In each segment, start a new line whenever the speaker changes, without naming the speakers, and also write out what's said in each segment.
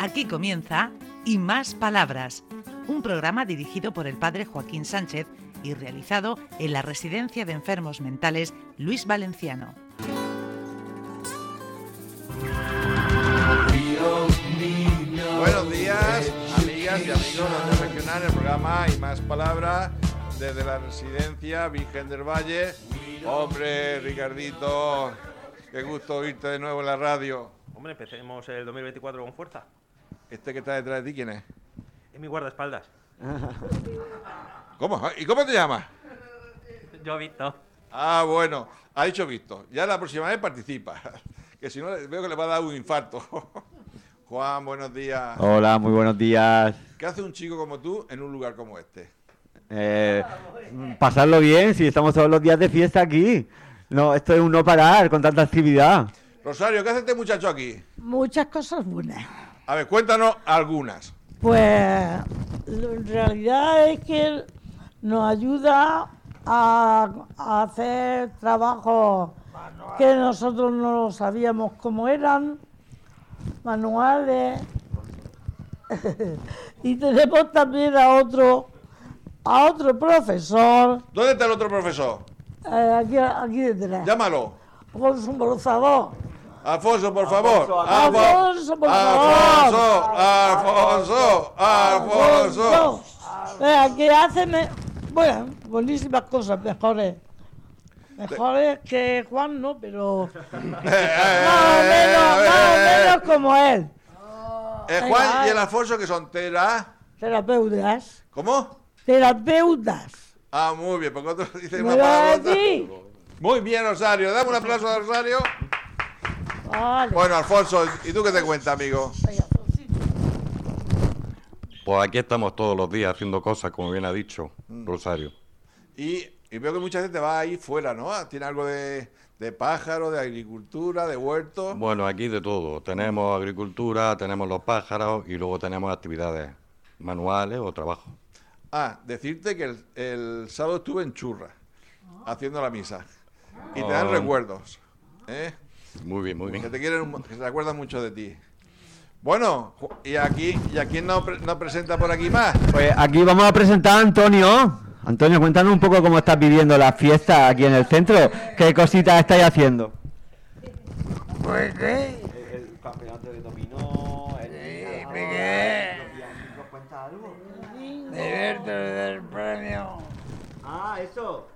Aquí comienza Y Más Palabras, un programa dirigido por el padre Joaquín Sánchez y realizado en la Residencia de Enfermos Mentales Luis Valenciano.
Buenos días, amigas y amigos de la Regional, el programa y más palabras desde la residencia Virgen del Valle. Hombre, Ricardito, qué gusto oírte de nuevo en la radio.
Hombre, empecemos el 2024 con fuerza.
Este que está detrás de ti, ¿quién es?
Es mi guardaespaldas.
¿Cómo? ¿Y cómo te llamas?
Yo he visto.
Ah, bueno, ha dicho visto. Ya la próxima vez participa, que si no le- veo que le va a dar un infarto. Juan, buenos días.
Hola, muy buenos días.
¿Qué hace un chico como tú en un lugar como este?
Eh, pasarlo bien, si estamos todos los días de fiesta aquí. No, esto es un no parar con tanta actividad.
Rosario, ¿qué hace este muchacho aquí?
Muchas cosas buenas.
A ver, cuéntanos algunas.
Pues lo- en realidad es que nos ayuda a, a hacer trabajos que nosotros no sabíamos cómo eran, manuales. y tenemos también a otro, a otro profesor
¿Dónde está el otro profesor?
eh, aquí, aquí detrás,
Llámalo.
con su brozador.
Alfonso, por favor.
Alfonso, por
Alfonso,
favor.
Alfonso, Alfonso.
Vea, que hacen, eh, bueno, buenísimas cosas, mejores. Mejores que Juan, no, pero
Eh,
más o
eh,
menos, más o
eh,
menos como él.
El Juan
Venga,
y el Alfonso que son tela.
Terapeutas,
¿Cómo?
terapeutas.
Ah, muy bien, porque otros dicen
¿Me
una
lo a
palabrota.
decir?
Muy bien, Rosario. Dame un aplauso a Rosario.
Vale.
Bueno, Alfonso, ¿y tú qué te cuentas, amigo?
Venga, Alfonsito.
Pues aquí estamos todos los días haciendo cosas, como bien ha dicho
Mm.
Rosario.
Y, y veo que mucha gente va ahí fuera, ¿no? Tiene algo de, de pájaro, de agricultura, de huerto.
Bueno, aquí de todo. Tenemos agricultura, tenemos los pájaros y luego tenemos actividades manuales o trabajo.
Ah, decirte que el, el sábado estuve en Churra, haciendo la misa. Y te dan
Oh.
recuerdos. ¿eh?
Muy bien, muy
Que
bien.
te quieren, un mo- que se acuerdan mucho de ti. Bueno, Ju- y aquí, y aquí no, pre- no presenta por aquí más.
Pues aquí vamos a presentar a Antonio. Antonio, cuéntanos un poco cómo estás viviendo las fiestas aquí en el centro. ¿Qué cositas estáis haciendo?
El campeonato de dominó, el
Sí, Miguel. Alberto le da el premio.
Ah, eso.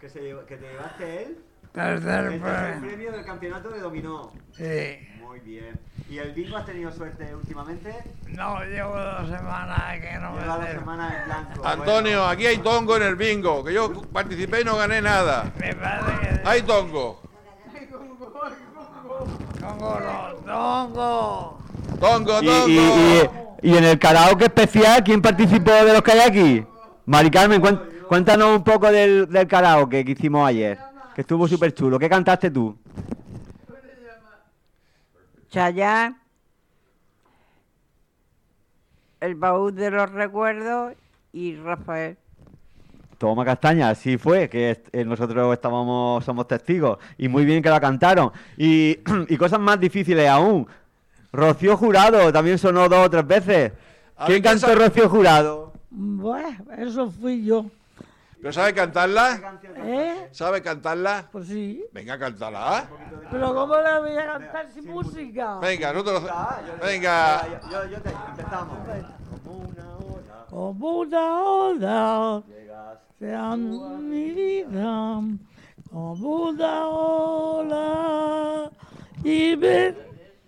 Que, se lleva- que te llevaste él.
Le da
Este
el
es el
premio.
premio del campeonato de dominó.
Sí.
Muy bien. ¿Y el bingo has tenido suerte últimamente?
No, llevo dos semanas que no me
Lleva dos
entero.
semanas en blanco.
Antonio,
Bueno,
aquí hay tongo en el bingo, que yo participé y no gané nada.
Me parece que
Hay tongo,
tengo los tongos.
tongo,
Y, eh,
tongo.
y- y- y en el karaoke especial, ¿quién participó de los que hay aquí? Mari Carmen, cuen- cuéntanos un poco del, del karaoke que hicimos ayer, que estuvo súper chulo. ¿Qué cantaste tú?
Chayá, el baúl de los recuerdos y Rafael.
Toma castaña, así fue, que est- eh, nosotros estábamos, somos testigos. Y muy bien que la cantaron. Y, y cosas más difíciles aún. Rocío Jurado también sonó dos o tres veces.
A ver, ¿quién
¿Quién cantó
sabe?
Rocío Jurado?
Bueno, eso fui yo.
¿Pero sabe cantarla?
¿Eh?
¿Sabe cantarla?
Pues sí.
Venga, ¿ah? cántala.
Pero ¿cómo le voy a cantar sin música?
Venga, nosotros.
Ah, yo-
Venga.
Yo, yo, yo te empezamos. Como una ola
Como una oda.
llegas.
Sea mi vida como una ola y me...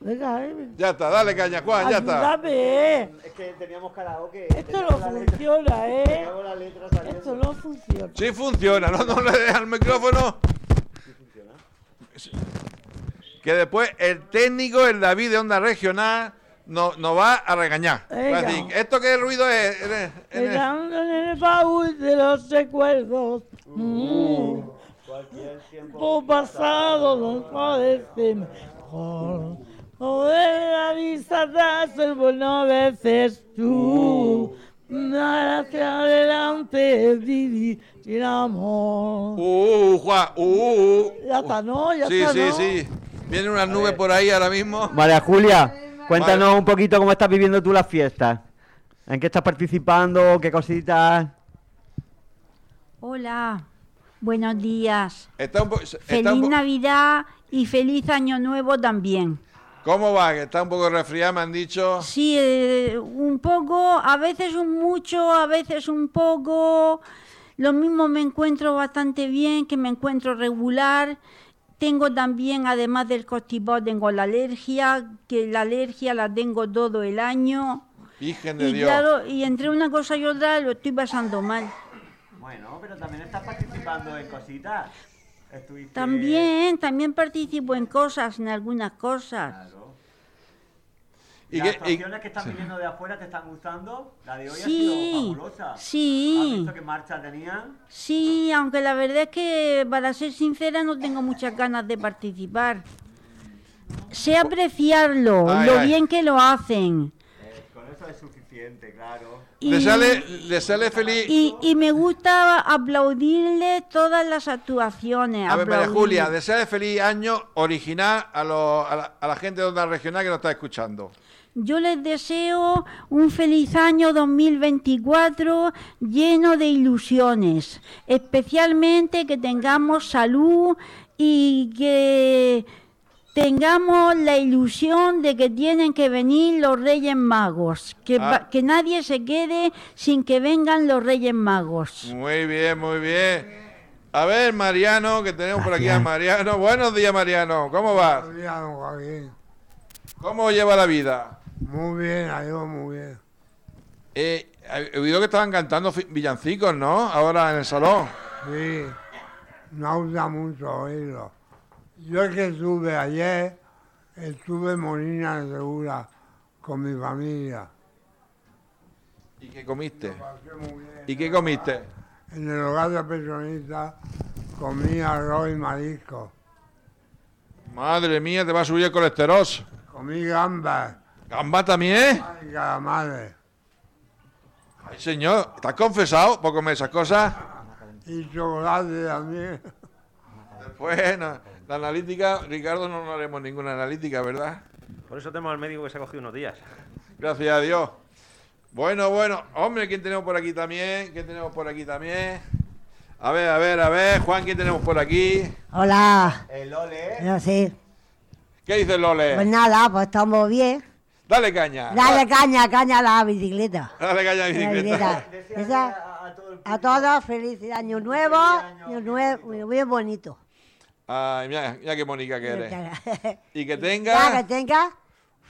Venga, eh,
Ya está, dale caña, Juan, ya está.
ayúdame, eh.
Es que teníamos karaoke.
Esto no
teníamos la letra-
funciona, eh.
Teníamos la letra
Esto
saliendo.
no funciona.
Sí funciona, no, no le des al micrófono. Sí. Que después el técnico, el David de Onda Regional, nos no va a regañar. Va a
Venga.
decir, ¿esto qué ruido es? Eh,
Me
eh,
dan en el baúl de los recuerdos. Mm.
Cualquier tiempo.
Tiempo pasado no parece mejor. Mover la vista atrás el bueno veces tú. Nada hacia adelante vivir sin amor.
Uh, Juan, uh, uh.
Ya está, ¿no? Ya
Sí,
está,
sí,
¿no?
sí. Vienen unas nubes por ahí ahora mismo.
María Julia, Cuéntanos un poquito cómo estás viviendo tú las fiestas. ¿En qué estás participando? ¿Qué cositas?
Hola, buenos días.
Está un po- está
Feliz
un po-
Navidad y feliz Año Nuevo también.
¿Cómo va? Que está un poco resfriada, me han dicho.
Sí, eh, un poco, a veces un mucho, a veces un poco. Lo mismo me encuentro bastante bien, que me encuentro regular. Tengo también, además del constipado, tengo la alergia, que la alergia la tengo todo el año.
Virgen de
Y
Dios.
claro, y entre una cosa y otra lo estoy pasando mal.
Bueno, pero también estás participando en cositas. Estuviste...
También, también participo en cosas, en algunas cosas.
¿Y
Las
qué- y-
canciones que están viniendo de afuera te están gustando. La de hoy ha
Sí,
sido fabulosa. ¿Has
sí,
visto qué marcha tenían?
sí, aunque la verdad es que, para ser sincera, no tengo muchas ganas de participar. Sé apreciarlo,
Ay,
lo
ay.
bien que lo hacen.
Eh, con eso es suficiente, claro.
Y,
le, sale, le sale feliz.
y, y me gusta aplaudirle todas las actuaciones.
a ver, María
aplaudirle.
Julia, desearle feliz año original a, los- a, la, a la gente de Onda Regional que nos está escuchando.
Yo les deseo un feliz año 2024 lleno de ilusiones, especialmente que tengamos salud y que tengamos la ilusión de que tienen que venir los Reyes Magos, que,
Ah.
va- que nadie se quede sin que vengan los Reyes Magos.
Muy bien, muy bien. A ver, Mariano, que tenemos por aquí a Mariano. Buenos días, Mariano. ¿Cómo vas?
Buenos días, don Joaquín.
¿Cómo lleva la vida?
Muy bien, adiós, muy bien.
Eh, he oído que estaban cantando fi- villancicos, ¿no? Ahora en el salón.
Sí, me gusta mucho oírlo. Yo es que estuve ayer, estuve en Molina de Segura con mi familia.
¿Y qué comiste?
Pasé muy bien.
¿Y qué comiste?
En el hogar de pensionistas comí arroz y marisco,
Madre mía, te va a subir el colesterol.
comí gambas
¿Gamba también?
y calamares.
Ay, señor, ¿estás confesado por comer esas cosas?
Y chocolate también.
Bueno, la analítica, Ricardo, no, no haremos ninguna analítica, ¿verdad?
Por eso tenemos al médico que se ha cogido unos días.
Gracias a Dios. Bueno, bueno, hombre, ¿quién tenemos por aquí también? ¿Quién tenemos por aquí también? A ver, a ver, a ver, Juan, ¿quién tenemos por aquí?
Hola,
El Ole.
no sé.
¿Qué dice
Pues
Lole?
nada, pues estamos bien.
Dale caña.
Dale caña, caña a la bicicleta.
Dale caña a
La
la bicicleta.
bicicleta.
Desearle
Esa-
a, a todo el
a
público-
todos, feliz año nuevo,
año,
año nuevo, bien bonito.
Ay, mira, mira qué bonita que eres.
Ya
Y que
que
tenga
tenga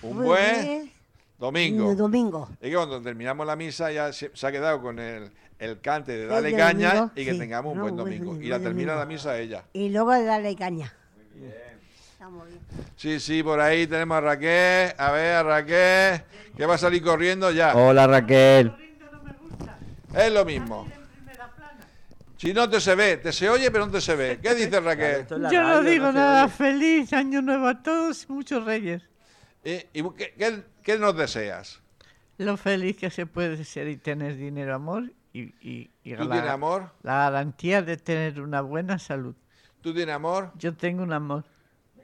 un buen
domingo.
domingo.
domingo.
Y que cuando terminamos la misa ya se, se ha quedado con el, el cante de Dale
del
caña
domingo,
y que
sí.
tengamos un
No,
buen
buen
domingo.
domingo,
Y la
buen
termina
domingo.
la misa ella.
Y luego dale caña. Estamos bien.
Sí, sí, por ahí tenemos a Raquel. A ver, a Raquel, que va a salir corriendo ya.
Oh.
Hola Raquel.
Es lo mismo. Si no te se ve, te se oye, pero no te se ve. ¿Qué dice Raquel?
Esto es la
Yo no
radio,
digo
se
nada.
oye.
Feliz año nuevo a todos y muchos reyes.
Eh, ¿Y qué, qué- qué nos deseas?
Lo feliz que se puede ser y tener dinero, amor. Y, y, y
¿Tú tienes amor?
La garantía de tener una buena salud.
¿Tú tienes amor?
Yo tengo un amor,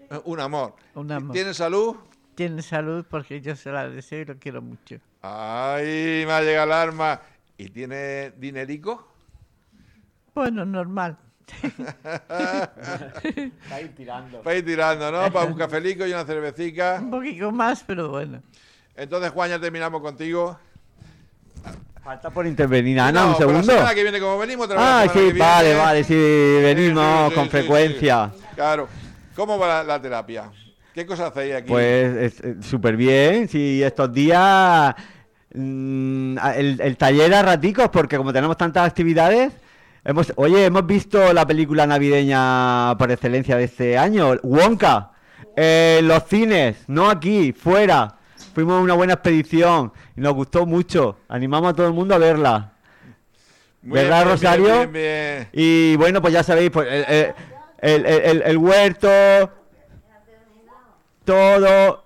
Eh, Un amor.
un amor.
¿Tienes salud?
Tiene salud porque yo se la deseo y lo quiero mucho.
Ay, me ha llegado el arma. ¿Y tienes dinerico?
Bueno, normal.
Está ahí tirando.
Para ir tirando, ¿no? Para un cafelico y una cervecica.
Un poquito más, pero bueno.
Entonces, Juan, ya terminamos contigo.
Falta por intervenir, Ana,
No,
Ah, un
pero la
segundo.
semana que viene, como venimos, otra vez la
Ah,
semana
sí,
que
vale,
viene.
vale, sí,
Sí,
venimos
sí,
con
sí,
frecuencia.
sí, sí. Claro. ¿Cómo va la, la terapia? ¿Qué cosas hacéis aquí?
Pues es, eh, súper bien. Si estos días mm, a- el, el taller a raticos, porque como tenemos tantas actividades, hemos, oye, hemos visto la película navideña por excelencia de este año, Wonka, en los cines, no aquí, fuera. Fuimos a una buena expedición y nos gustó mucho. Animamos a todo el mundo a verla.
Muy bien,
¿verdad,
bien,
Rosario?
bien, bien, bien.
Y bueno, pues ya sabéis, pues, el, el- el- el- el- el huerto, todo,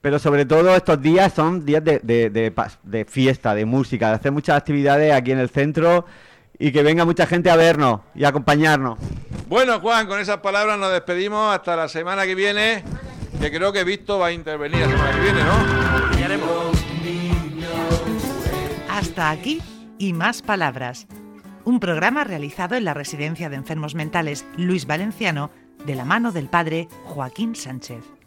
pero sobre todo estos días son días de, de- de pas- de fiesta, de música, de hacer muchas actividades aquí en el centro y que venga mucha gente a vernos y a acompañarnos.
Bueno, Juan, con esas palabras nos despedimos. Hasta la semana que viene.
que creo que he visto va a intervenir la semana que viene, ¿no?
Ya haremos.
Hasta aquí y más palabras. Un programa realizado en la Residencia de Enfermos Mentales Luis Valenciano de la mano del padre Joaquín Sánchez.